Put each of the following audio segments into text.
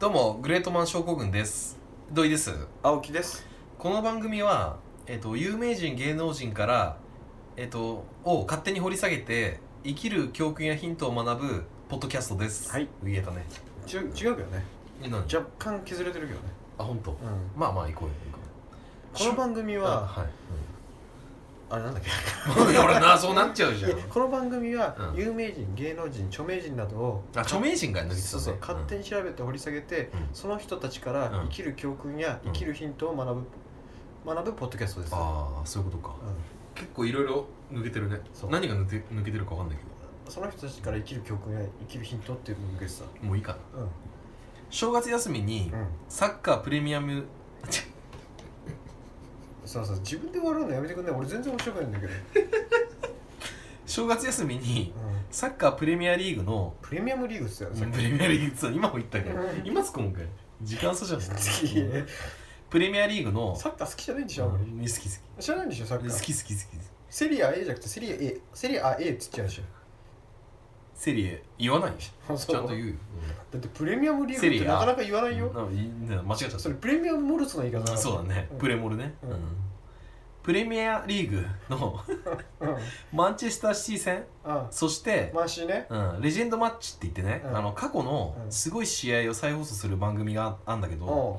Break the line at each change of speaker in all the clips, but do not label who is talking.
どうもグレートマン症候群です土井です
青木です
この番組は、えっと、有名人芸能人から、えっと、を勝手に掘り下げて生きる教訓やヒントを学ぶポッドキャストです
はい
言えたね
ちゅ違うけどね
え何
若干削れてるけどね、
あ本当。まあまあ行こうよ行こ
この番組
うあ
は
はい、
あれなんだっけ
うん いや俺なそうなっちゃうじゃん
いやこの番組は
うん
有名人、芸能人著名人などを
あ著名人がやるんだけどね
そうそう勝手に調べて掘り下げて、
うん
その人たちか
う
ら
ん
生きる教訓や
うん
生きるヒントを学ぶ、学ぶポッドキャストです、
ああそういうことか
う
結構いろいろ抜けてるね
そう
何が抜け抜けてるか分かんないけ
ん、その人たちから生きる教訓や生きるヒントっていうのを受けてた
どもういいかな
うん
正月休みに
うん
サッカープレミアム
そうそう自分で笑うのやめてくんね俺全然面白くないんだけど、
正月休みに
うん、
サッカープレミアリーグの
プレミアムリーグっすよ
プレミアリーグって今も言ったけど
うん
今突っ込むんかい時間差じゃん
いいね
プレミアリーグの
サッカー好きじゃないんでしょ、あんまり
うん好き好き
知らないんでしょサッ
好
カ
き好
ー
き好き
セリア A じゃなくてセリア A セリア A って言っちゃうでし
セリエ言わないでし
ょ
ょちゃんと
う
言うよ
だってプレミアムリーグっ
セリ
て
ア
なかなか言わない
うん
よ、
なんかいいね間違っちゃった
それプレミアムモルツの言い方だ
そうだね
うん
プレモルね
うん
うんプレミアリーグの
うんうん
マンチェスターシティ戦そして
マーシーね
うん、レジェンドマッチって言ってね、
うん
あの過去の
うん
すごい試合を再放送する番組がああんだけ
う
ど、
んうん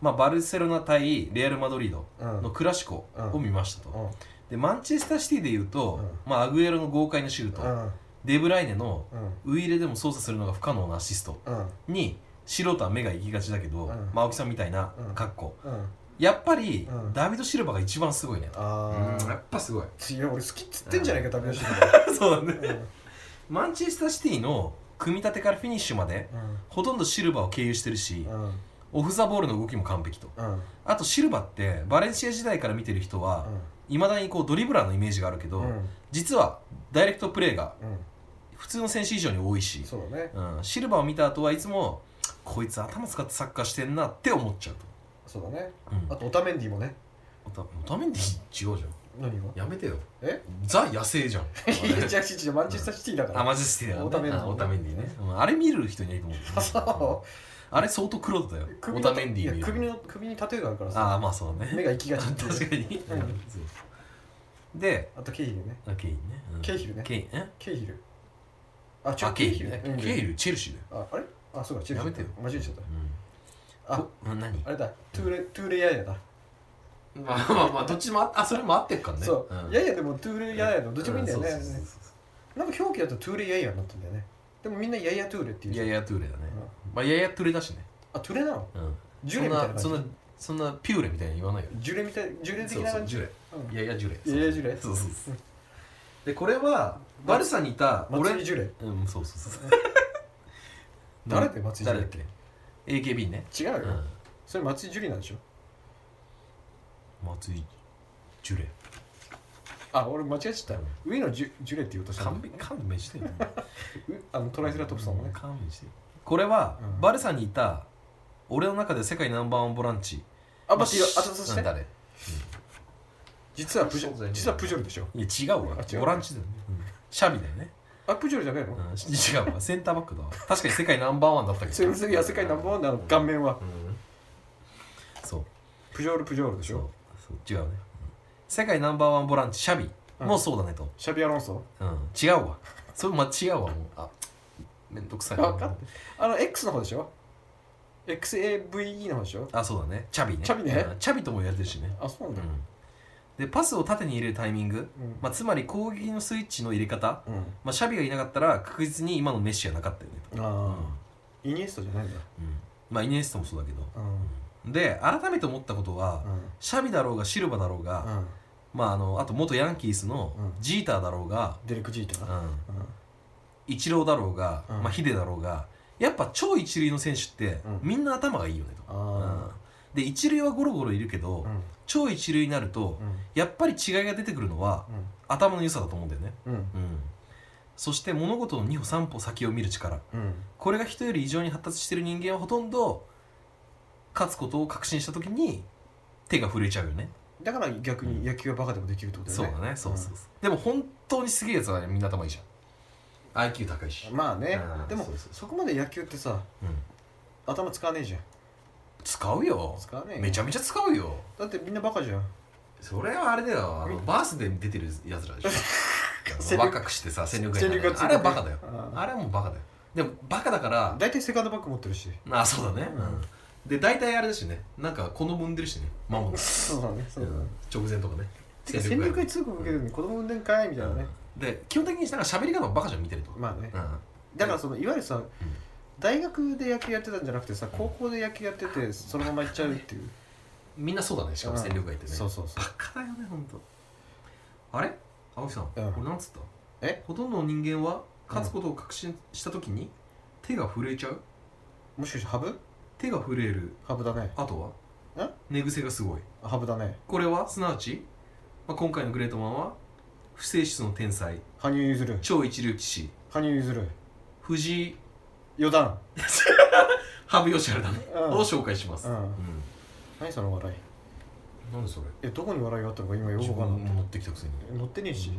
まあ、バルセロナ対レアル・マドリード
うん
のクラシコを見ましたと、でマンチェスターシティでいうと、
う
まあ、アグエロの豪快なシュート、デブライネの
うん
ウイイレでも操作するのが不可能なアシスト
うん
に素人は目が行きがちだけど、
うん
まあ、青木さんみたいな
うん
格好、
うん
やっぱり、
うん
ダビド・シルバが一番すごいね、
あ
うんやっぱすごい
あいや俺好きっつってんじゃないか旅の人
そうだ
うんう
ねマンチェスターシティの組み立てからフィニッシュまで
ん
ほとんどシルバを経由してるし、
うん
オフ・ザ・ボールの動きも完璧と
うん
あとシルバってバレンシア時代から見てる人はいまだにこうドリブラーのイメージがあるけど、
うん
実はダイレクトプレーが
うん
普通の選手以上に多いし、
そうだね
うん、シルバーを見た後はいつもこいつ頭使ってサッカーしてんなって思っちゃう
そうだね
と、うん、
あとオタメンディもね
おたおために違うじゃん
何が
やめてよ
え
ザ野生 じゃん
いや違う違うマンチェスターシティだから
あマジスティだ
オタメンディ
あオタメンディね、うんあれ見る人いないと思う
あ そう
あれ相当黒だったよオ
首の
タメンディ
い
見
や
る
首の首にタトゥーがあるからさ
ああまあそうだね
目が行きがちっていう
確かに、
うん
そうで
あとケイヒルね
あケインね、うん
ケイヒルね
ケインえ
ケイヒルあちょ
あケイヒル
ね
ね、
うん
ケイヒルチェルシーだよ、
ああれあそうだチェルシ
やめ
ー
てよ
間違えちゃ
う
っ
ん、
たあ
お何
あれだトゥーレトゥーレヤヤだ
まあまあまあどっちもああそれも合ってるからね
そううんヤヤでもトゥーレヤヤでもどっちもいいんだよね
うそうそうそうそ
なんか表記だとトゥーレヤヤになったんだよねでもみんなヤヤトゥーレって
う
いう
いやいやトゥーレだね
うん
まあいやいやトゥーレだしね
あトゥーレなの
うん
ジュレみたいな
そん
感
なそんなそんなピューレみたいに言わないよ
じジュレみたいジュレ的
そう
な
そ
感
う
じ
ジュレ
うん
いやいやジュレ
いやいやジュレ
そうそうそうでこれはバルサにいた
松井ジュレ
うんそうそうそう
誰だよ松井ジュ
誰
レ
だっけ AKB ね
違う
う
よ
ん
それ松井ジュリなんでしょ
松井ジュレ
あ俺間違えちゃった上野ジュジュレって言おうとしたの
勘弁勘弁してよ
うあのトライセラトプスさんもね
勘弁してよこれは、
うん
バルサにいた俺の中で世界ナンバーワンボランチ
あ待ってあとそし
な
て
んだあれ
実はプジ
そうだ
ョ
よね
実はプジョルでしょ
いや違うわ
あ違う
ボランチだよね、うんシャビだよね、
あプジョルじゃないの、
うん違 うわセンターバックだわ確かに世界ナンバーワンだったけど
それ次は世界ナンバーワンだあの顔面は
うんそう
プジョールプジョールでし
そう
ょ
そう違うね、うん世界ナンバーワンボランチシャビもそうだねと、
シャビアロンソ
うん違うわそれ間違うわもうあめんどくさいな
わかっあの X の方でしょ XAVE の方でしょ
あそうだねチャビね
チャビね
うんチャビとも言われてるしね
あそうなんだ
でパスを縦に入れるタイミング、
うん
まあ、つまり攻撃のスイッチの入れ方、
うん、
まあ、シャビがいなかったら確実に今のメッシはなかったよねと、
ああ、イニエストじゃないんだ
うんまあ、イニエスタもそうだけど
うん
で改めて思ったことは、
うん
シャビだろうがシルバだろうが、
うん
まあ、あのあと元ヤンキースの
うん
ジーターだろうが、
デレク・ジータ
う
ー
ん、
うん
イチローだろうが、
うん
まあ、ヒデだろうがやっぱ超一流の選手って、
うん
みんな頭がいいよねと、うん
あ
で一流はゴロゴロいるけど、
あうん
超一流になると
うん
やっぱり違いが出てくるのは頭の良さだと思うんだよね
うんうん
うん、そして物事の2歩3歩先を見る力
うん
これが人より異常に発達してる人間はほとんど勝つことを確信した時に手が震えちゃうよね
だから逆に野球はバカでもできるってことだ
そう
よね
だねそうそうそう、でも本当にすげえやつはねみんな頭いいじゃん IQ 高いし、
まあね
うん
でも
そうそう
そこまで野球ってさ
うん
頭使わねえじゃん
使うよ
使わねえよ
めちゃめちゃ使うよ
だってみんなバカじゃん
それはあれだよあのバースで出てるやつらで しょ
戦
あの
力
若くしてさ戦力
戦力
外
が
に
つい
あれはバカだよ
うん
あれはもうバカだよでもバカだから
大体セカンドバッグ持ってるし
あそうだね、
うん
うんで大体あれだしねなんか好むんでるしねマモン
そうだねそうだね
直前とかね
てか戦力外通告受けてるのに子供産んでんかいみたいなね
うんで基本的になんか喋り方もバカじゃん見てると、
まあね
うん
だからそのいわゆるさ大学で野球やってたんじゃなくてさ高校で野球やっててそのまま行っちゃうっていう
みんなそうだねしかも戦力外ってね
そうそうそ
バカだよねほんとあれ青木さん、
うん
これなんつった
え
ほとんどの人間は勝つことを確信した時に手が震えちゃう
うもしかしてハブ
手が震える
ハブだね
あとは
ん
寝癖がすごい
ハブだね
これはすなわち、まあ、今回のグレートマンは不正室の天才
羽生結弦
超一流棋士
羽生結弦
藤井
四段
羽生善治だね、
うん
を紹介します、
うん何その笑い
なんでそれ
えどこに笑いがあったのか今よく
自
わかん
分
な
も乗
い
ってきたくせに
え乗ってねえし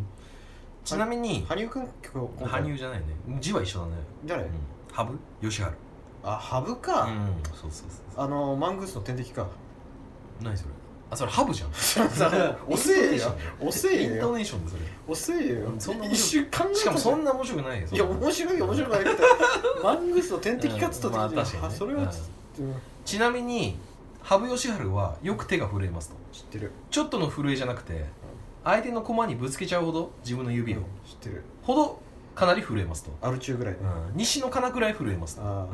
ちなみに
羽生くん今日
羽生じゃないね字は一緒だね、
誰、
うん、羽生善治
あハブか、
うんそうそうそう
あのマングースの天敵か
何それあ それハブじゃん
遅えよ遅
イ
え
ント
よ
ネーションでそれ
遅えよ
そんな面白い
一瞬考えた
しかもそ
なん
な面白くないよ
いや面白い面白くない けどマングースの天敵かっつった時
うんまあ確かにね
あそれはちょっと
ちなみに羽生善治はよく手が震えますと
知ってる
ちょっとの震えじゃなくて相手の駒にぶつけちゃうほど自分の指を
知ってる
ほどかなり震えますと、
アルチューぐらいね
西のかなぐらい震えますと、
あ
う
あ
ん、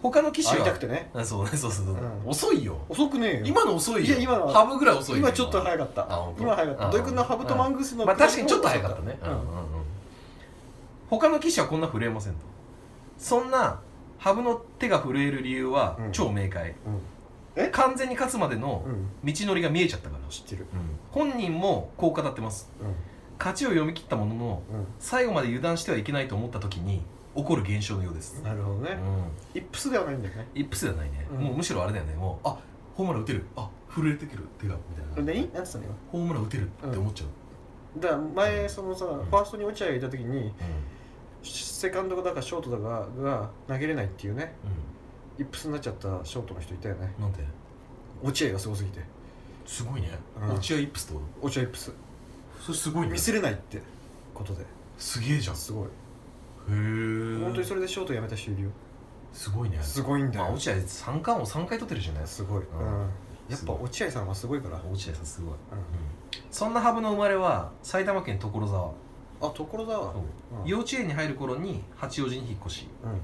他の棋士
会いた
は
くてね
あそうねそうそうそう、
うん
遅いよ
遅くねえよ
今の遅いよ
いや今のは
ハブぐらい遅いよ
今ちょっと早かった
あ本当
今早かっ
うん
た土井君のハブとマングースの
まあ確かにちょっと早かったね、
うん
うんうんうん他の棋士はこんな震えませんとそんな羽生の手が震える理由は
うん
超明快、
うんえ
完全に勝つまでの
うん
道のりが見えちゃったから、
知ってる
本人もこう語ってます
うん
勝ちを読み切ったものの最後まで油断してはいけないと思った時に起こる現象のようです
うん、なるほどね
う
イップスではないんだよね
ん、イップスじゃないね、
うん
もうむしろあれだよねもうあホームラン打てるあ震えてくる手がみたいな
何なんつったの今
ホームラン打てるって思っちゃう、
だから前そのさ、
ん
ファーストに落合がいた時に
うん
セカンドだかショートだかが投げれないっていうねイップスになっちゃったショートの人いたよね
うん、なんて
落合がすごすぎて
すごいね、
うん
落合イップスってこ
落合イップス
とそれすごいね
見せれないってことです
げえじゃんへ
すごい
え
本当にそれでショートやめた人いるよ
すごいね
すごいんだ
まあ、
よ
落合三冠を三回取ってるじゃないです
すごい、うん
うん
やっぱ落合さんはすごいから、
か
うん、
落合さんすごい、そんな羽生の生まれは埼玉県所沢、
あところだわうん
幼稚園に入る頃に八王子に引っ越し
うん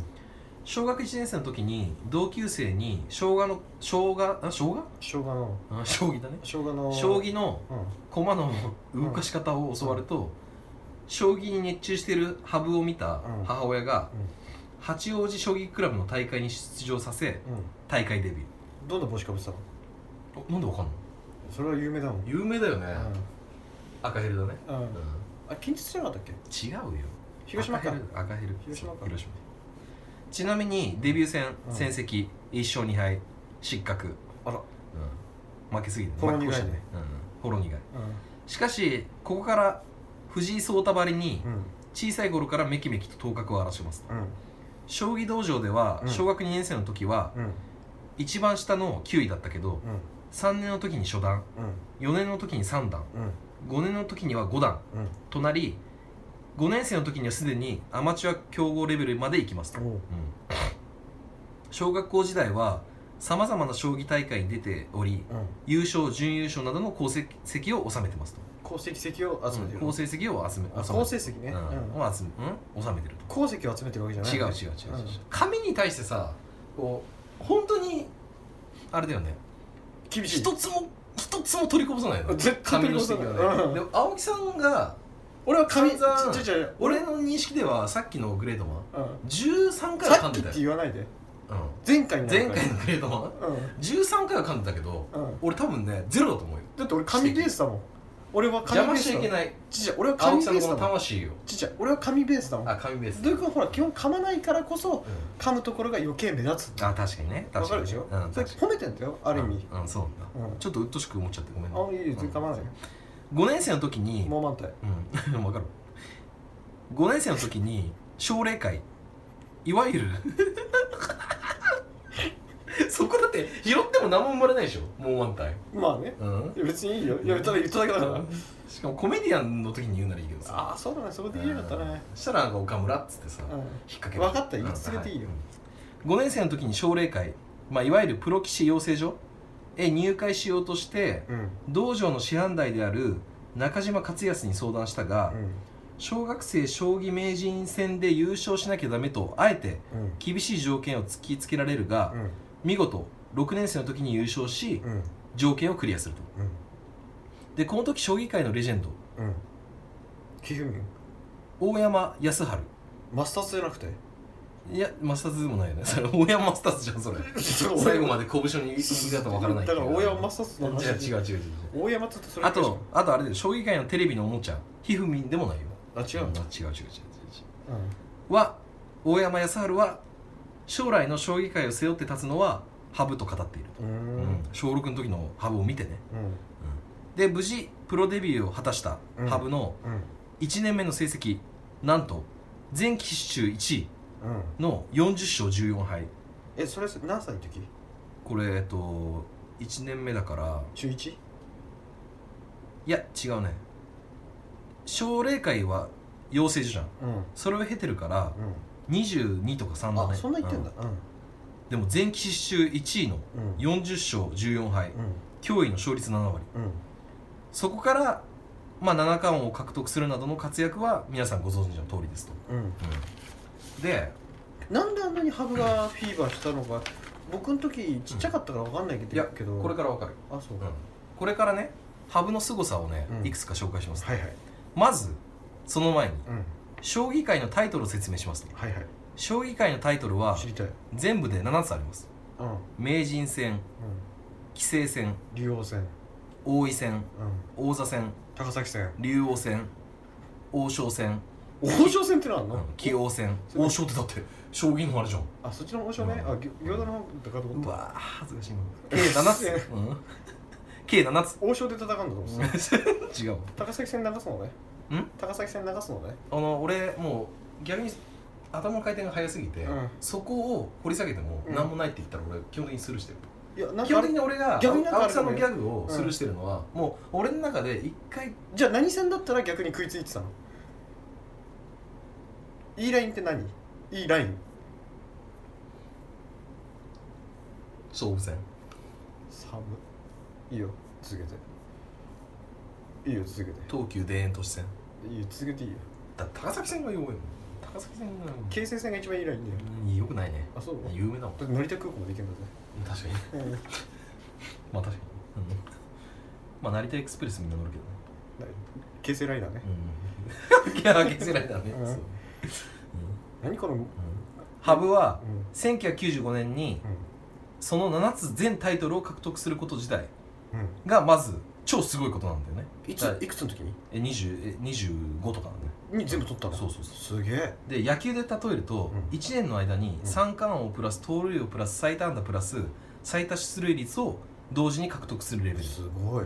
小学1年生の時に同級生に生姜の生姜あ生姜
生姜の
あ将棋だね
生姜の
将棋の
う
駒の動かし方を教わると、将棋に熱中している羽生を見た
うん
母親が、
うん
八王子将棋クラブの大会に出場させ
ん、うん
大会デビュ
どんな帽子かぶってたの
ーおなんでわかんの
それは有名だもん、うん
有名だよね
う
赤ヘルだね、
ん、あ近日じゃなかったっけ
違うよ
広島か
赤ヘル赤ヘル
広島か
そう広島ちなみにデビュー戦、
うん
戦績1勝2敗失格、
あら、
負けすぎて
ほろ苦い
負
ね
け越しだうんほろ苦い
うん
しかしここから藤井聡太ばりに
うん
小さい頃からメキメキと頭角を現します
うん
将棋道場では
うん
小学2年生の時は
うん
一番下の9位だったけど3年の時に初段
うん
4年の時に3段
うん
5年の時には5段
うん
となり5年生の時にはすでにアマチュア強豪レベルまで行きますと、うん
おう
小学校時代はさまざまな将棋大会に出ており
うん
優勝準優勝などの功績を収めてますと
功績席を集めてる
好成績を集め
あ
収
好
めて
成績ね
うん
うん
を集めうん収めてると
功績を集めてるわけじゃない
違う
よね
違う違う違う
うん
紙に対してさこう本当にあれだよね
厳しい
一つも一つも取りこぼさないの
絶対取りこぼさない
紙の指摘はね
うん
でも青木さんが
俺は紙ち
散々
ちっちゃい
俺の認識ではさっきのグレードマン
うん
13回は
さ
噛
っ
ん
き
で
って
たよ、
言わないで
う
前回の
ん、前回のグレードマン
う
13回は噛んでたけど
んうん
俺多分ねゼロだと思うよ
だって俺紙ベースだもん俺は紙
邪
ベー
魔し
ス
ちゃい
だも
け
ん
ない
ちっちゃい俺は
青
紙
木さんの
ベー
こ
ス
の
だもん
魂よ
ちっちゃい俺は紙ベースだもん
あ紙ベース
土井君はほら基本噛まないからこそ
う
噛むところが余計目立つ
んあ確かにね
わ
確
か
か
る
に
でしょ
うん、確
そ
か
れ
に
褒めてんだよある意味
うん、うんそうなんだ
うん
ちょっとうっとしく思っちゃってごめんね
あいいよ全然噛まないよ
5年生の時に
もう満タイ
うん わかる5年生の時に奨励会いわゆる拾っても何も生まれないでしょもうワンタイ
まあね
うん
いや別にいいよいやただ言っただけだから
しかもコメディアンの時に言うならいいけどさ
ああそうだねそれで言えばよかったね
そしたらなんか岡村っつってさ
うん
引っ掛け
分かった言い続けていいよ
5年生の時に奨励会、まあ、いわゆるプロ棋士養成所へ入会しようとして
うん
道場の師範代である中島勝康に相談したが、
うん
小学生将棋名人戦で優勝しなきゃダメとあえて
うん
厳しい条件を突きつけられるが、
うん
見事6年生の時に優勝し
うん
条件をクリアすると
うん
でこの時将棋界のレジェンド
うんひふみん
大山康晴
マスターズじゃなくて
いやマスターズでもないよねそれ大山マスターズじゃん それ最後まで拳にい姿わからない
だから大山マ
ス
スターズの
ター
話
ズ違う違う違う違う
大山って言ってそれ
あ
だけでしょ
とあとあれだよ将棋界のテレビのおもちゃひふみんでもないよ
あ違う
うん
ん
違
だ
う違う違う違う違うは大山康晴は将来の将棋界を背負って立つのは羽生と語っている
うんう
と、
ん
小6の時の羽生を見てね
うん
で無事プロデビューを果たした羽生の
うん
1年目の成績なんと全棋士中1位
うん
の40勝14敗
えそれ何歳の時
これえっと1年目だから
中 1?
いや違うね奨励会は養成所じゃん
うん
それを経てるから
う
22とか3
ん
だね
あそんな言ってんだ
う
うん
でも全棋士中1位の
うん
40勝14敗
うん
驚異の勝率7割
うん
そこからまあ七冠を獲得するなどの活躍は皆さんご存知の通りですと、
うん
で
なんであんなにハブがフィーバーしたのか僕の時ちっちゃかったから分かんないけど、
いや
けど
これからわかる、
あそう
う
か、
んこれからね羽生の凄さをね、
うん
いくつか紹介します、
はいはい
まずその前に
うん
将棋界のタイトルを説明しますと
はいはい
将棋界のタイトルは
知りたい
全部で7つあります
うんうん
名人戦棋聖戦
竜王戦
王位戦
うん
王座戦
高崎戦
竜王戦王将戦
王将戦ってのあんの、
うん棋王戦
それ
王将ってだって将棋のあれじゃん
あそっちの王将ね、
うん
あぎ餃子の方だかと思っ
う
た
わー恥ずかしいな計7つ、うん、計7つ
王将で戦うんだと思ってた
違うわ
高崎戦流すのね
ん
高崎戦流すのね
あの俺もう逆に頭の回転が速すぎて、
うん
そこを掘り下げても
うん
何もないって言ったら俺基本的にスルーしてる、
いやなん
基
か
本
あれ
的に俺が
逆になんかあ
青
る
木さ
よね
んのギャグをスルーしてるのは、もう俺の中で一回
じゃあ何戦だったら逆に食いついてたの E ラインって何 ?E ライン
勝負戦
寒いいよ続けていいよ続けて
東急田園都市線
いいよ続けていいよ
だ高崎線が弱いもん高崎線が
京成線が一番いいラインだよ
うんよくないね
あそうだ
有名だもん
って成田空港まで行けんだ
確かに
ぜ、うん、
まあ確かに、うん、まあ成田エクスプレスみんな乗るけどね
京成ラインだ ね
うんいや開けづらいだね、
うん
そう
何このうんうん
羽生は1995年にその7つ全タイトルを獲得すること自体
うん
がまず超すごいことなんだよね
い
は
ついくつの時に
え20え25とかなんだよ
に全部取ったの
そうそうそう
すげ
で
え
野球で例えると
うん
1年の間に三冠王プラス盗塁王プラス最多安打プラス最多出塁率を同時に獲得するレベル
すごい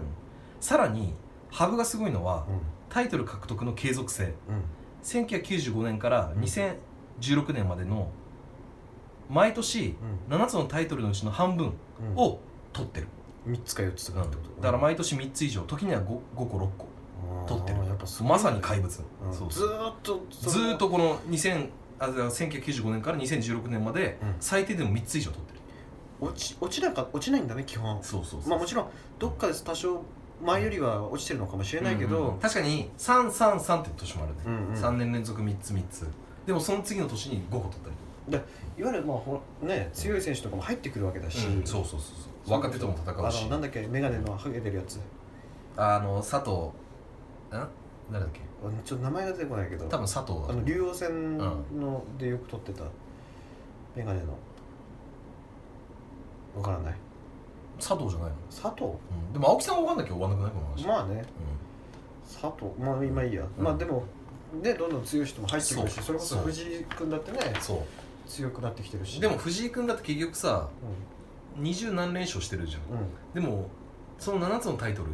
さらに羽生がすごいのは
う
タイトル獲得の継続性
んうん
1995年から
うん
2016年までの毎年7つのタイトルのうちの半分
うんを
を取ってる、
3つか4つとかってこと
だから毎年3つ以上時には 5, 5個6
あー
個取ってる
やっぱすごい
まさに怪物、
うん
そう
ずーっとその
ずーっとこの2000あじゃあ1995年から2016年まで
うん
最低でも3つ以上取ってる、
落ち落ちなんか落ちないんだね基本
そうそうそう
まあもちろんどっかで多少前よりは落ちてるのかもしれないけ
うんうんうん
ど
確かに333って年もあるね、
うんうん
3年連続3つ3つでもその次の年に5個取ったり
いわゆるまあほらね強い選手とかも入ってくるわけだし、
うんそうそうそうそう若手とも戦う
あ
し
のなんだっけメガネのハゲてるやつ
あの佐藤ん誰だっけ
あちょっと名前が出てこないけど
多分佐藤だと
あ
思
の
う
竜王戦のでよく撮ってたメガネのわからない
佐藤じゃないの、
佐藤
うん、でも青木さんが分かんなきゃ終わんなくないこの話、
まあね
う
佐藤まあ今いいや、
うん
まあでもねどんどん強い人も入ってくるし
そ
そうれこそ
そう
藤井君だってね
ん、そう
強くなってきてるし
でも藤井君だって結局さ二十何連勝してるじゃん
うんうんうん
でもその7つのタイトル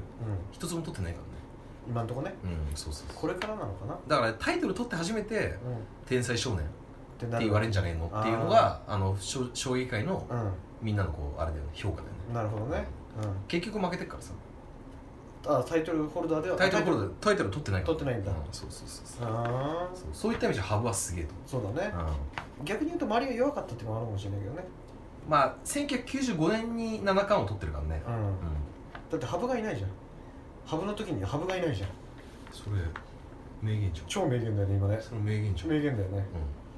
一つも取ってないか
今んとこね
らねうんそうそう
これからなのかな
だからタイトル取って初めて
うんっ
天才少年ってて言われんじゃねえのっていうのがあのしょ将棋界の
うん
みんなのこうあれだよね評価だよね
なるほどね、うん、
結局負けてるからさ
あタイトルホルダーでは
タイトルホル
ダー
ダータイトル取ってないから
取ってないんだ
うそうそうそうそう
ああ
そうそういった意味じゃ羽生はすげえと
そうだね
思う、うん
逆に言うと周りが弱かったっていうのもあるかもしれないけどね、
まあ1995年に七冠を取ってるからね
うん
うん
だってハブがいないじゃんハブの時にハブがいないじゃん
それ名言じゃ
超名言だよね今ね
んそれ名言じゃん、うん、
名言だよね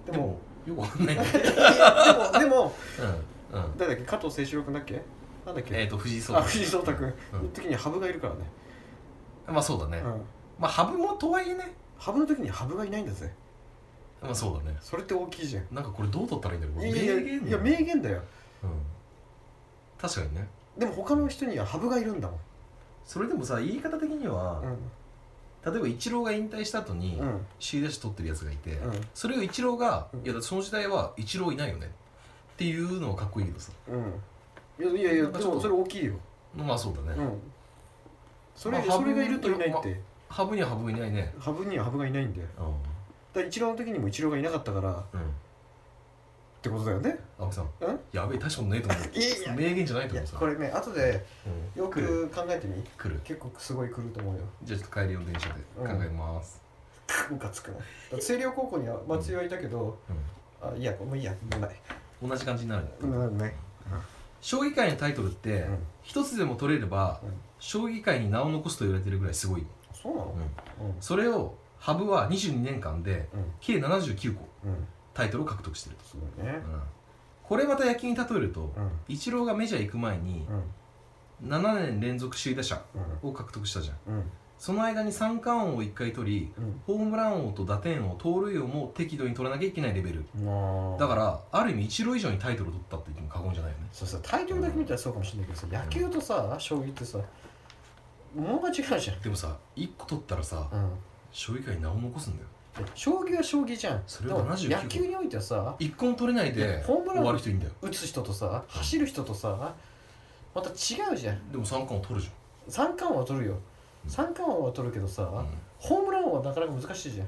で
でも
も
よくわかんないね
でもでも
うんうん
誰だっけ加藤清志郎君だっけなんだっけ、
えっ、ー、と藤井聡
あ
太
藤井聡太君
うん
の時にハブがいるからね、
まあそうだね、
うん、
まあハブもとはいえね
ハブの時にハブがいないんだぜ
まあそうだね
それって大きいじゃん
なんかこれどう取ったらいいんだろうこれ
いやいや
名言
いや
だよ
名言だよ
うん、確かにね
でも他の人にはハブがいるんだもん
それでもさ言い方的には、
う
例えばイチローが引退した後に、
んうん
首位打者取ってるやつがいて、
うん
それをイチローが、
うん
いやだってその時代はイチローいないよねっていうのはかっこいいけどさ
うんいやいやいや
なんか
で
ちょっと
もそれ大きいよ、
まあそうだね、
うん、それ
まあ
それがいるといない
ハ
っ
ブ
て
ハブにはハブいないね
ハブにはハブがいないんだよ
う
だからイチローの時にもイチローがいなかったからっ
ん、うん、
てことだよね
青木さん
うん
やべえ大したことねえと思う
いやいや
名言じゃないと
いや
思うさ
これね後で
うん
よく考えてみ
来る
結構すごい来ると思うよ
じゃあちょっと帰りの電車で考えます、
ムカつくなだって星稜高校には松井はいたけど、あいやもういいやもうない
うん同じ感じになるね、
もうない
将棋界のタイトルって、
うん
一つでも取れれば、
うん
将棋界に名を残すと言われてるぐらいすごい、
そうなのうん
それを羽生は22年間で
うん
計79個
うん
タイトルを獲得してる、
すごいね
うんこれまた野球に例えると、
うん
イチローがメジャー行く前に
うん
7年連続首位打者
うん
を獲得したじゃん
うん
その間に三冠王を1回取り
うん
ホームラン王と打点王盗塁王も適度に取らなきゃいけないレベル
まあ
だからある意味イチロー以上にタイトルを取ったって言っても過言じゃないよね
そうさタイトルだけ見たらそうかもしれないけどさ野球とさ将棋ってさものが違うじゃん
でもさ1個取ったらさ
うん
将棋界に名を残すんだよ
将棋は将棋じゃん
それは79
でも野球においてはさ
1個も取れないで
ホームラ
終
ン
わる人いいんだよ
打つ人とさ走る人とさまた違うじゃん
でも三冠王取るじ
三冠王は取るよ
うん
三冠王は取るけどさ、
ゃん、うん、だか
ホームラン王はなかなか難しいじゃん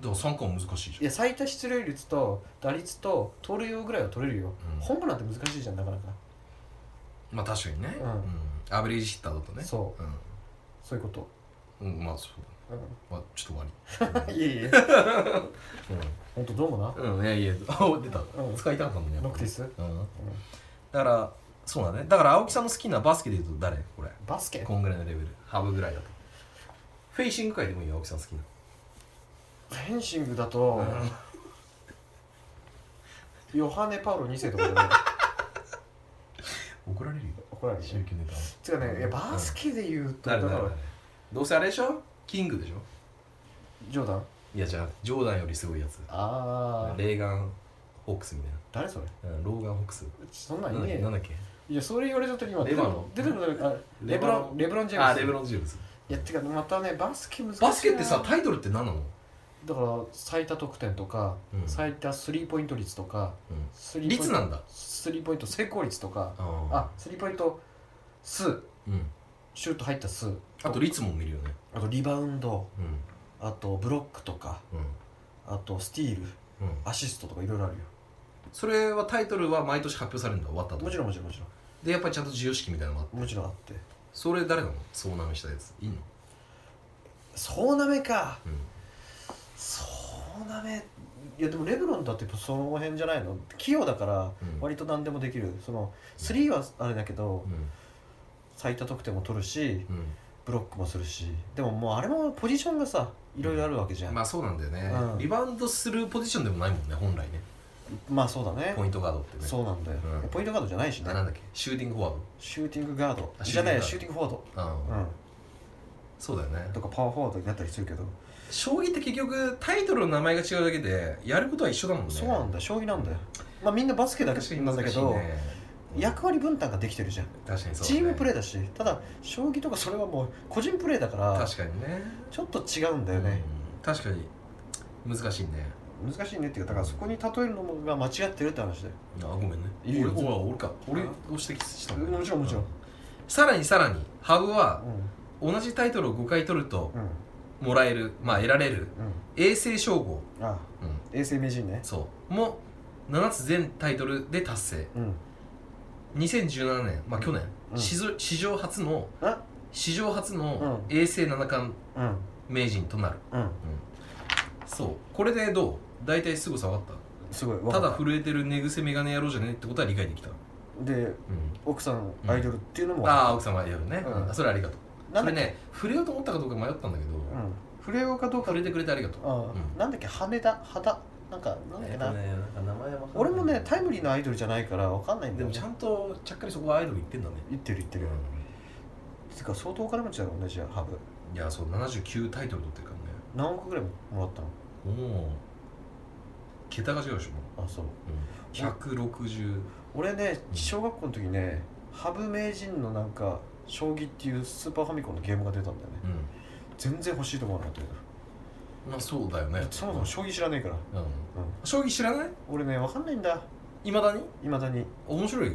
ら三冠王難しいじゃん
いや最多出塁率と打率と盗塁王ぐらいは取れるよ、
うん
ホームランって難しいじゃんなかなか
まあ確かにね、
うん
アベレージヒッターだとね、
そうそういうこと、
うんうん、まあそう、まあ、ちょっと終わ
う
り
ん、いえいえ本当どうもな
うん、うん、いやい やお出た、
うん
使いたかったんだねやっぱ
ノクティス
うん、だからそうだねだから青木さんの好きなバスケでいうと誰これ
バスケ
こんぐらいのレベルハブぐらいだとフェイシング界でもいいよ青木さん好きな
フェンシングだと、ヨハネ・パウロ2世と かじゃない
怒られるよ
怒られる
宗
ね
教ネタ
つうかねいやバスケで言うと、
誰
だ
誰
から
誰どうせあれでしょキングでしょ
ジョーダン
いやじゃあジョーダンよりすごいやつ
ああ
レーガン・ホックスみたい
誰それ
な、うん、ローガン・ホックス
そんな
なんんだっ
いね
け
え
なんだ
よ
っけ
いやそれ言われた時今
レバノン
出てくるあレ
レ
ブ
バノ
ロ
ン
ンレブロン・ジェーム
あ
ズ
ーレブロン・ジェームズ
いやてかまたねバスケ難しいな
バスケってさタイトルって何なの、
だから最多得点とか、
うん
最多スリーポイント率とか
うん、
スリーポイ
率
ント
なんだ
スリーポイント成功率とか
あ
あスリーポイント数
うん、
シュート入った数
あと率も見るよね
あとリバウンド
うん
あとブロックとか
う
あとスティール
んうん
アシストとかいろいろあるよ
それはタイトルは毎年発表されるんだ終わった後
もちろんもちろんもちろ
でやっぱりちゃんと授与式みたいなのもあって
んもちろんあって
それ誰なの遭難したやついいの
そうなめか
うん
そうなめいやでもレブロンだってその辺じゃないの器用だから
うん
割と何でもできるそのスリーはあれだけど最多得点も取るし
うん、
ブロックもするしでももうあれもポジションがさいろいろあるわけじゃ、
うんん、まあそうなんだよね、
うん
リバウンドするポジションでもないもんね本来ね
まあそうだね
ポイントガードってね
そうなんだよ、
うん
ポイントガードじゃないしね
あなんだっけシューティングフォワー
シューティングガード
あ
じゃないシ
シュ
ューティングフォワード
ドあ、うん、
う
そうだよね
んとかパワーフォワードになったりするけど、
将棋って結局タイトルの名前が違うだけでやることは一緒だもんね
そうなんだ将棋なんだよまあみんなバスケだ
確か
け
に
なんだ
難
け
しい
ど、
ね
役割分担ができてるじゃん、
確かにそう
チームプレー
だね
だしただ将棋とかそれはもう個人プレーだから
確かにね
ちょっと違うんだよね、
うん確かに難しいね
難しいねっていうかだからそこに例えるのが間違ってるって話だよ
あごめんね
いいよ
俺俺俺か
うん
俺を指摘しただね
もちろんもちろん
うさらにさらに羽生は
う
同じタイトルを5回取ると
んうん
もらえるまあ得られる
うん
永世称号、
あ
うん、
衛星名人ね
そうも7つ全タイトルで達成
うん
2017年まあ
うん
去年、
うん
史上史上初の
あ
史上初の
う
永世七冠
うん
名人となる、
うん
そうこれでどう大体すごさ分かっ
すごい
た
わ
た
か
だ
った
震えてる寝癖メガネ野郎じゃねえってことは理解できた、う
で
ん、
奥さんアイドルっていうのも
ああ奥様やるね、
うん
うんそれありがとう
な
そ
んだ
れ
っけ
ね触れようと思ったかどうか迷ったんだけど、
うん触れようかどうか
触れてくれてありがとう、
あ
うん
なんだっけ羽田肌なんかなんだっけな、
ね、なんか名前は
俺もねタイムリーなアイドルじゃないからわかんないんだ
で
よ
も
ね
ちゃんとちゃっかりそこはアイドル行ってんだね
言ってる言ってる、つうか相当お金持ちだろうねじゃあハブ
いやそう79タイトル取ってるからね
何億ぐらいもらったの
もう桁が違うでしょも
あそう
う、160
俺ね小学校の時ね羽生名人のなんか将棋っていうスーパーファミコンのゲームが出たんだよね
うん
全然欲しいと思わなかったけど
まあそうだよね
そもそも将棋知らねえから
うん、将棋知らない
俺ねわかんないんだ
いまだに
いまだに
面白いよ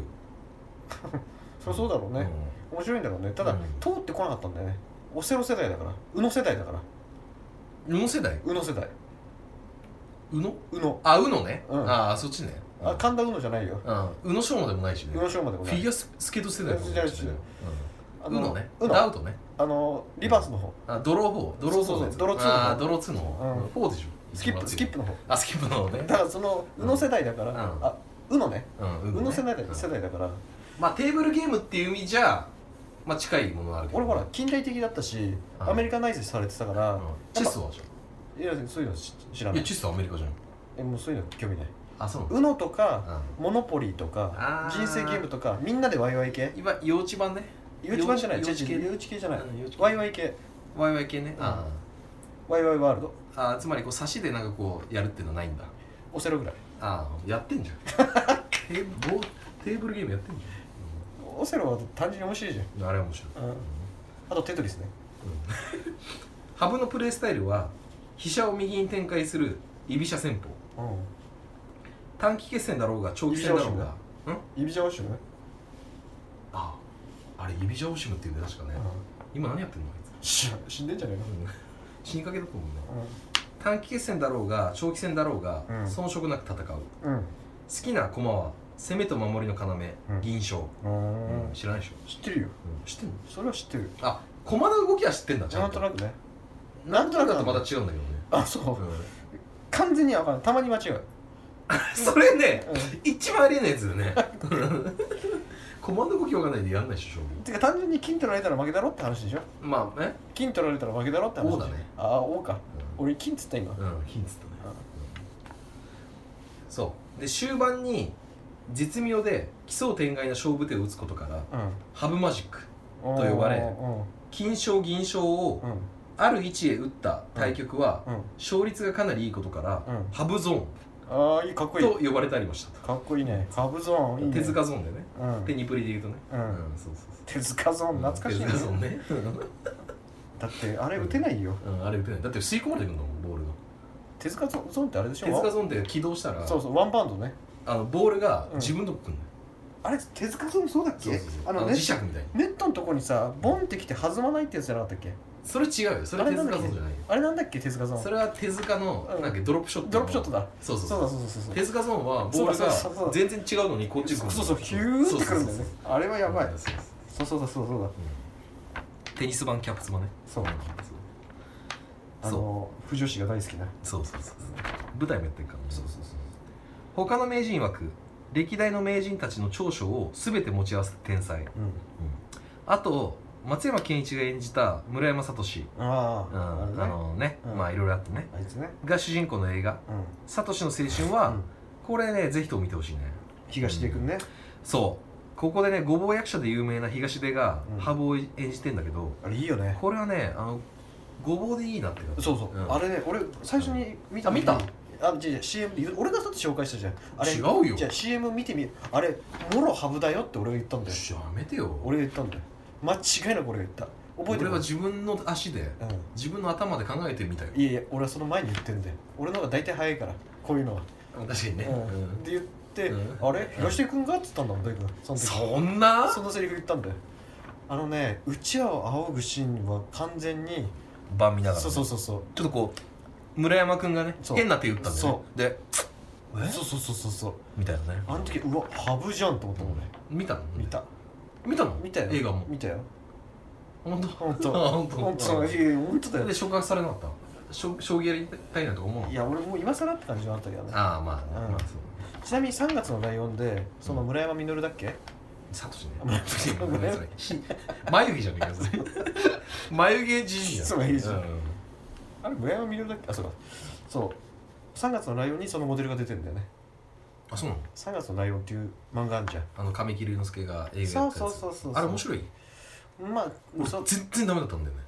そりゃそうだろうね、面白いんだろうねただ、
うん
通ってこなかったんだよねオセロ世代だから宇野世代だから
うん、宇野世代
宇野世代
宇野
宇野
あ宇野ね、
うん
ああそっちね
あ神田宇野じゃないよ
うん、宇野昌磨でもないしね
宇野昌磨でも
フ
な
ィ
い
ギュアススケート世代でもないしね
あ
うん宇野ね
宇
ダ
野
ウトね
あのリバースの方
あドロー4ドロー4のやつ
そうそうそうドローツーの方
あードロー2の方
うん
フォーでしょ
スキップスキップの方
あスキップの方ね
だからその宇野世代だから、
うん
あ宇野ね
うん
宇野世代だ,、
うん
世代だから
まあテーブルゲームっていう意味じゃまあ近いものはあるけど
俺ほら近代的だったし、
うん
アメリカナイズされてたから、
うんチェスはじ
いやそういうの知知
ゃ
ら
ん
ないい
やチェスはアメリカじゃん
えもうそういうの興味ない
あそうな
宇野とか、
の
モノポリーとか
あー
人生ゲームとかみんなでワイワイ系
うん今幼稚版ね
幼稚版じゃない
幼
幼
稚
稚
系
幼稚系じゃない
うん幼稚系
ワイワイ系
ワイワイ系ねあ
ワイワイワールド
ーあーつまりこう差しでなんかこうやるっていうのはないんだ
オセロぐらい
ああやってんじゃん テーボーテーブルゲームやってんじ
オセロは単純に面白いじゃん
ゃんあれは面白い
うんあとテトリスね
ハブのプレイスタイルは飛車を右に展開する居飛車戦法
う
短期決戦だろうが長期戦だろうがうん
ん指じゃおしね
あああれ指ジャオシムっていうんだよ確かね、今何やってんのあいつ
し死んでんじゃね
死にかけだと思うね
えの
短期決戦だろうが長期戦だろうが、
うん
遜色なく戦う好
うん
きな駒は攻めと守りの要、
うん
銀将、
うん
知らないでしょ、
知ってるよ
知ってんの
それは知ってる
あ駒の動きは知ってんだちゃ
なんんと
と
なくね
なんとなくだとまた違うんだけどね
あそう
うん
完全には分かんないたまに間違う
それね、
う
一番ありえないやつだよねコマンド動きわかんないでやんないでしょ将
てか単純に金取られたら負けだろって話でしょ
棋まあね
金取られたら負けだろって話
王だね
ああ王か俺金っつった今
うん、うん、ヒンツとね、そうで終盤に絶妙で奇想天外な勝負手を打つことから
うん
ハブマジックと呼ばれ
うん
金将銀将を
うん
ある位置へ打った対局は
うん
勝率がかなりいいことから、
うん
ハブゾ
ああいいかっ
ー
こ
ン
いい
と呼ばれてありました
かっこいいねカブゾーンいいね
手塚ゾーンでね、
うん
でニプリで言うとね
う
うん
ん、
そうそうそう
手塚ゾーン懐かしい
手
ね
塚ゾーン ね
だってあれ打てないよ
うん、あれ打てないだって吸い込まれてくるんだもんボールが
手塚ゾーンってあれでしょ
手塚ゾーンって起動したら
そうそうワンバウンドね
あのボールが
うん
自分のとこ来る
あれ手塚ゾーンそうだっ
の
け
よ、そうそうそう
あ
あの
のネ
磁石
ッ
みたいに
ネットのとこにさボンってきて弾まないってやつじゃなかったっけ
それ違うよそれ
あ
手
れ
塚
なんだっ
ゾ
け
ーンじゃないよ
あれなんだっけ手塚ゾ
そ
ーン
れは手塚の
うん
なんかドロップショットの
ドロップショットだ
そうそう
そ
そう
だ
う
そうそうそう
手塚ゾーンはボール
そうだそうだそう
が
だ
全然違うのにこっちに来る
そうそうヒューってくるんだよねあれはやばい
そうそうそう
そうそうだそうだそうだ
うんテニス版キャプツマね
そうあ
そう
の不女子が大好きな
そうそうそうそう舞台もやってるからね
そうそうそう
他の名人枠歴代の名人たちの長所を全て持ち合わせた天才
うん
あと松山ケンイチが演じた村山聡、
あ
うんあ
ああれね
のね、
うん
まあいろいろあってね
あいつね
が主人公の映画
うん
「聡の青春
う
は」
ん
これねぜひとも見てほしいね
東出くんね
そうここでねごぼう役者で有名な東出が
うん
羽生を演じてんだけど、
あれいいよね
これはねあのごぼうでいいなって感じ
そうそう、
ん
あれね俺最初に見た
あ見た
あ違う違う CM で言う俺がだって紹介したじゃんあれ
違うよ
じゃあ CM 見てみあれもろハブだよって俺が言ったんだよ
ちょやめてよ
俺が言ったんだよ間違いなく俺が言った覚えて
俺
る
は自分の足で
う
自分の頭で考えてみたよ
んいやいや俺はその前に言ってんだよ俺の方が大体早いからこういうのは、
確かにね、
うん
うん
で言って、
うん
あれ東出君がっつったんだもん大君その時
そんな
そのセリフ言ったんだよあのねうちわを仰ぐシーンは完全に
番見ながらね、
そうそうそうそう
ちょっとこう村山君がね
そう
変な手打ったんだよ、ね
そ、
でえ
そうそうそうそうそう
みたいなね
あの時うわハブじゃんと思ったもんね
見たの
見た
見たの
見たよ
映画も
見 たよ
本当
本
あ
当
本当
本当いや本当だよ
で触発されなかったしょ将棋やりたいなとか思うの
いや俺もう今更って感じはあったけどね
ああまあ、
うん
まあそう
ちなみに3月のライオンでその村山実だっけ、
サトシ
ごめん
ねごめんなさい眉毛じゃねえかそ れ眉毛じじいや
そう眉毛じじい
ん
あれ村山実だっけあそうかそう3月のライオンにそのモデルが出てるんだよね
あそうなの
3月のライオンっていう漫画あんじゃん
あの神木隆之介が映画
そ
や
う
った
そ
や
う
つ
そうそう
あれ面白い
まあ
俺
そう
全然ダメだったんだよね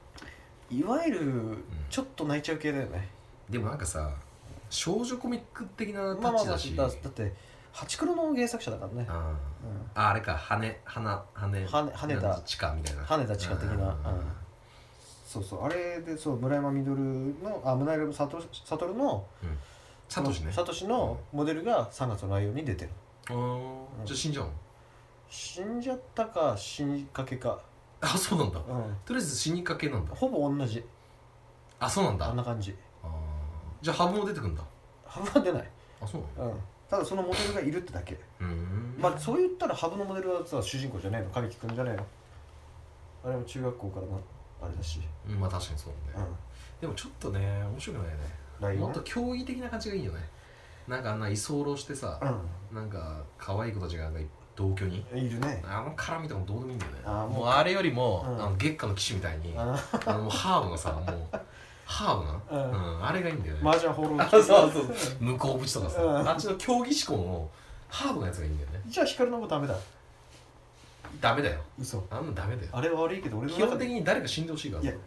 いわゆるちょっと泣いちゃう系だよね、
でもなんかさ少女コミック的なタ
まあ
ッ
まあ
チ
まあ
だ
だ
し
だってハチクロの原作者だからね、
あ
う
ああれか羽羽羽
ん、羽羽
なん
田
か地下みたいな
羽田地下的な、うんそうそうあれでそう村山実のあ村山悟悟の
サトシね
サトシのモデルが3月のライオンに出てる
あーじゃあ死んじゃうの
死んじゃったか死にかけか、
あそうなんだ
う
とりあえず死にかけなんだ
ん、ほぼ同じ
あそうなんだ
あんな感じ
あーじゃあハブも出てくんだ
ハブは出ない、
あそうな
うん、ただそのモデルがいるってだけ
のうん
まあそう言ったらハブのモデルはさ主人公じゃねえの神木君じゃねえのあれも中学校からのあれだし、
うんまあ確かにそうだ
う
ね、
ん、
でもちょっとね面白くないよね
ライオ
も
ン
っと競技的な感じがいいよねなんかあんな居候してさ、なんか可愛い子たちがなんか同居に
うんいるね
あの絡みとかもどうでもいいんだよね
あーもう
もうあれよりも、
うん
あの月下の騎士みたいにあ
あ
のもうハーブがさもうハーブな、
う
うんあれがいいんだよね、
マージャン放浪記
あそうそう向こう縁とかさ、
うん
あっちの競技志向のハーブのやつがいいんだよね
じゃあ光のもダメだ
ダメだよ
嘘
あんなのダメだよ
あれは悪いけど俺の
基
中
本的
で
に誰か死んでほしいからさ
いや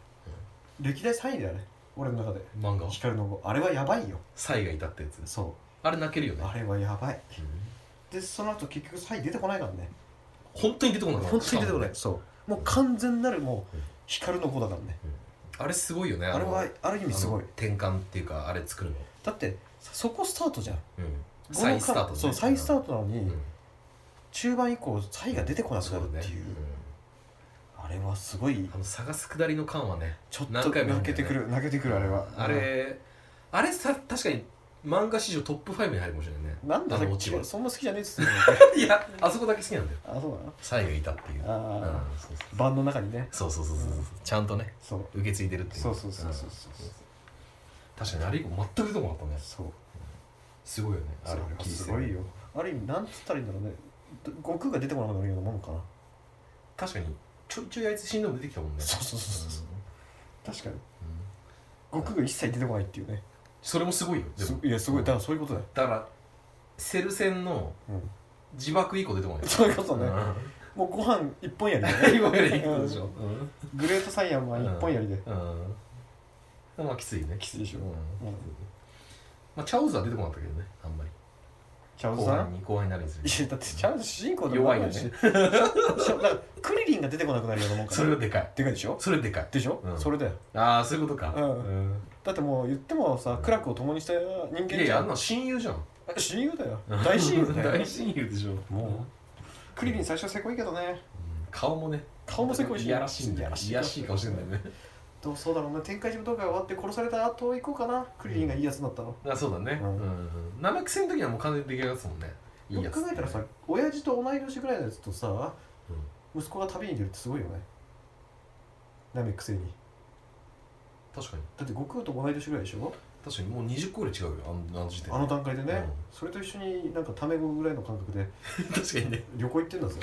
歴代3位だよね俺の中で
漫画
光のもあれはやばいよ
才がいたってやつ
そ
あれ泣けるよ
う
ね
あれはやばい
うん
でその後結局3位出てこないからね
本当に出てこなかった
本当に出てこないそうもう完全なるもう光の子だからね
あれすごいよね
あれはある意
意
味すごい
転換っていうかあれ作るの
だってそこスタートじゃん
うん再スタートね
そう再スタートなの
う
に
ん
中盤以降サイが出てこなく
そ
な
う
る
だ
っ
ね
ていう
うん
あれはすごい
あの探す下りの感はね
ちょっと
何回も
泣けてくる泣けてくるあれは
あれあれさ確かに漫画史上トップ5に入るかもしれないね
なんだ
あ
さ
の
っ
落ち
き
葉
そんな好きじゃねえっつっ て
いやあそこだけ好きなんだよ
あそうなの
才がいたっていう
あ
うんそう
あ盤の中にね
そうそうそうそうそうそうちゃんとね
そう
受け継いでるっていう
そうそうそうそうそうん
確かにあれ以降全く出てこなかったね
そう
すごいよねあ
あ
れ
れ
は
はすごいよある意味なんつったらいいんだろうねど悟空が出てこなくなるようなもんかな
確かにちょいちょいあいつ死んでも出てきたもんね
そうそうそうそう確かに
うんうん
悟空が一切出てこないっていうね
それもすごいよですも
いやすごいだからそういうことだよ、
だからセル戦の
うん、
自爆以降出てこない
そういうことね
う
もうご飯 一本やりだよ
ん
ね
今よりいいことでしょ
グレートサイヤンは一本やりで
うんうんまあきついね
きついでしょ
うん
うん
まあチャオズは出てこなかったけどねあんまり
チャオズ
後
さん
半に後半になるにつれて
いや だってちゃんと主人公だ
弱いよね
しし だからクリリンが出てこなくなるようなもんか
それはでかい
でかいでしょ
それでかい
でしょ、
うん
それだよ
ああそういうことか
うん
うん
だってもう言ってもさ苦楽を共にした人間
いやい
じ
や
ゃ
あん
ん
な親友じゃん
親友だよ大親友だ よ
大親友でしょ
もうクリリン最初せこいけどね
うん顔もね
顔もせこいし
いやらしいんだよ
い
いやらしいかもしれないね
どうそうだろうね天下一武道会終わって殺された後行こうかなクリリンがいいやつだったの、
あそうだね
う
うんんうん生臭いの時にはもう完全に出来上がってたもんねいい
よ
やつ
く考えたらさ親父と同い年ぐらいのやつとさ
うん
息子が旅に出るってすごいよねなめくせに
確かに
だって悟空と同い年ぐらいでしょ
確かにもう20個ぐらい違うよあのあの時点で
あの段階でね、
うん
それと一緒になんかタメ語ぐらいの感覚で
確かにね
旅行行ってんだぞ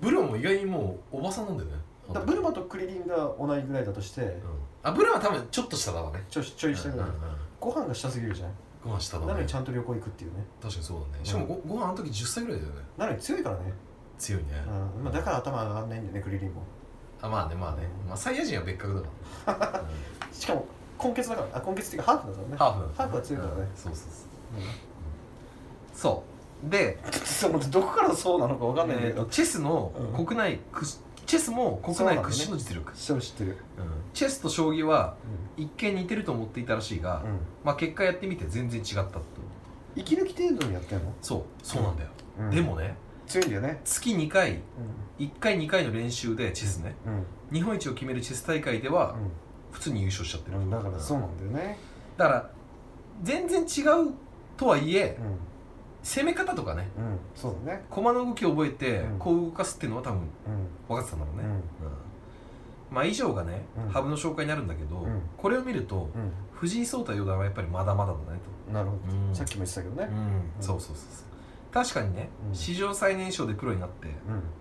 ブルマも意外にもうおばさんなんだよね
だからブルマとクリリンが同いぐらいだとして、
うんあブルマは多分ちょっと下だわね
ちょちょい下ぐらい、
うんうんうん
ご飯が下すぎるじゃん、
ご飯下だ
なの
ね
にち
確か
ゃんと旅行行くっていうね
にそうだねしかもごご飯あの時10歳ぐらいだよね
なのに強いからね、
強いね
うんまあ、だから頭上がんないんだよねクリリンも
あまあねまあねまあサイヤ人は別格だからうん
しかも根血だからあ根血っていうかハーフだからね
ハーフなんだ
ハーフは強いからね
うんそうそうそうそうで
うんそうどこからそうなのか分かんないんだ
え
け
ーと
ど、
チェスの
うん
国内くしチェスも国内屈指の実力
それ知ってる
うんチェスと将棋は一見似てると思っていたらしいが
うん、うん、
まあ結果やってみて全然違ったって
息抜き程度にやってんの、
そうそうなんだよ
うん
でもね
強いんだよね
月2回1回2回の練習でチェスね
うんうん
日本一を決めるチェス大会では普通に優勝しちゃってる
うん、だからそうなんだよね、
だから全然違うとはいえ
うん
攻め方とかね
うんそうだね
駒の動きを覚えて
うん
こう動かすっていうのは多分
うん
分かってたんだろうね、
うん
うんまあ以上がね、
うん
羽生の紹介になるんだけど、
うん
これを見ると藤井聡太四段はやっぱりまだまだだね
うんなるほ
と、うん
どさっきも言ってたけど
う
ね
んそうそうそうそう確かにね、
うん
史上最年少でプロになって
うん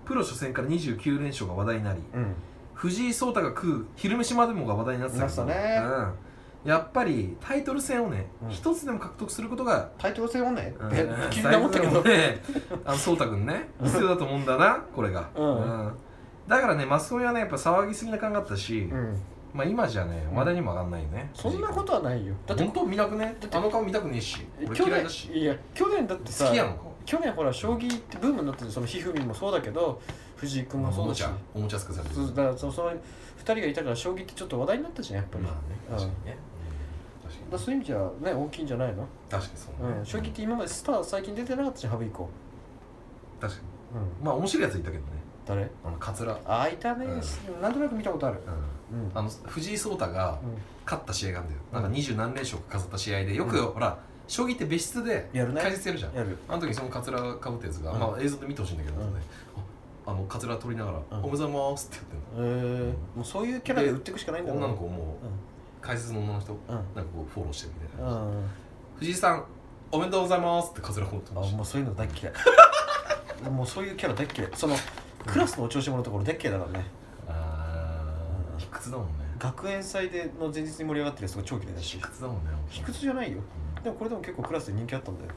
プロ初戦から29連勝が話題になり
うん
藤井聡太が食う昼飯までもが話題になってたけど
なってたね
うん、やっぱりタイトル戦をね
うん
一、つでも獲得することが
タイトル戦はね
うん
え気になったけ
最後の
ど
ねあの颯太君ね必要だと思うんだなこれが、
うん
だからねマスコミはねやっぱ騒ぎすぎな感があったし、
うん
まあ今じゃね
うん
話題にも上がんないよね、
そんなことはないよだって
本当見なくね
だって
あの顔見たくねえし俺
去
嫌い
年
だし
いや去年だってさ
好きやの顔
去年ほら将棋ってブームになっててそのひふみんもそうだけど藤井君も
お
そう
も
だし
ちゃおもちゃ作されて
そ
る
うだからそのその2人がいたから将棋ってちょっと話題になったじゃんやっぱり、
まあね確かにね、
だそういう意味じゃね大きいんじゃないの、
うん確かに確かにそう
う
ね、
ん、将棋って今までスター最近出てなかったじゃん羽生以降、
確かに
うん、
まあ面白いやついたけどね
誰
あのカツラ、
あいたね、なんとなく見たことある
うん、
うん、うん、
あの藤井聡太が勝った試合があるんだよなんか二十何連勝か飾った試合でよく、
うん
ほら将棋って別室で
やるね
解説やるじゃん、
やる
あの時そのカツラかぶったやつが、
うん
まあ映像で見てほしいんだけど、
うん
後でああのカツラ取りながら「
うん
おめでとうございます」って言ってんの
えー、もうそういうキャラで売っていくしかないんだ
女の子をもう
う
解説の女の人
んうん
なんかこうフォローしてるみたいな、
うん、
藤井さんおめでとうございますってカツラコート
あ
ました
もうそういうの大っ嫌い もうそういうキャラ大っ嫌いそのクラスのお調子者のところ大っ嫌いだからね
あー卑屈だもんね
学園祭での前日に盛り上がってるやつが超嫌いだし
卑屈だもんね
卑屈じゃないよ
うん
でもこれでも結構クラスで人気あったんだよ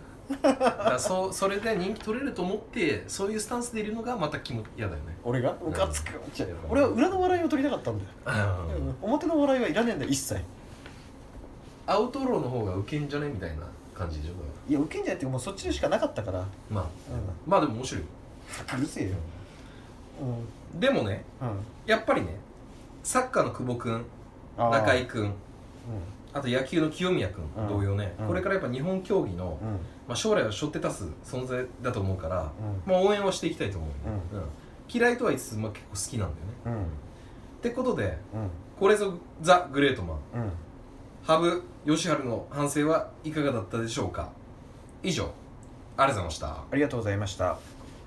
だからそうそれで人気取れると思ってそういうスタンスでいるのがまた気も嫌だよね
俺が
うん
ムカつくじゃあ俺は裏の笑いを取りたかったんだよ、
うん
表の笑いはいらねえんだよ一切
アウトローの方がウケんじゃねみたいな感じでしょだか
いやウケんじゃなくてもうそっちでしかなかったから
らまあ
う
まあでも面白いよ
んうるせえようん、うん、
でもねやっぱりねサッカーの久保君
あー
中井君
う
あと野球の清宮君
うん
同様ね、
うん
これからやっぱ日本競技の、
んうん
まあ、将来を背負って立つ存在だと思うから、
う
まあ、応援はしていきたいと思うよね、うん嫌いとは言いつつ、まあ、結構好きなんだよね
んうん
ってことで
うん
これぞザ・グレートマン
うん
羽生善治の反省はいかがだったでしょうか以上ありがとうございました
ありがとうございました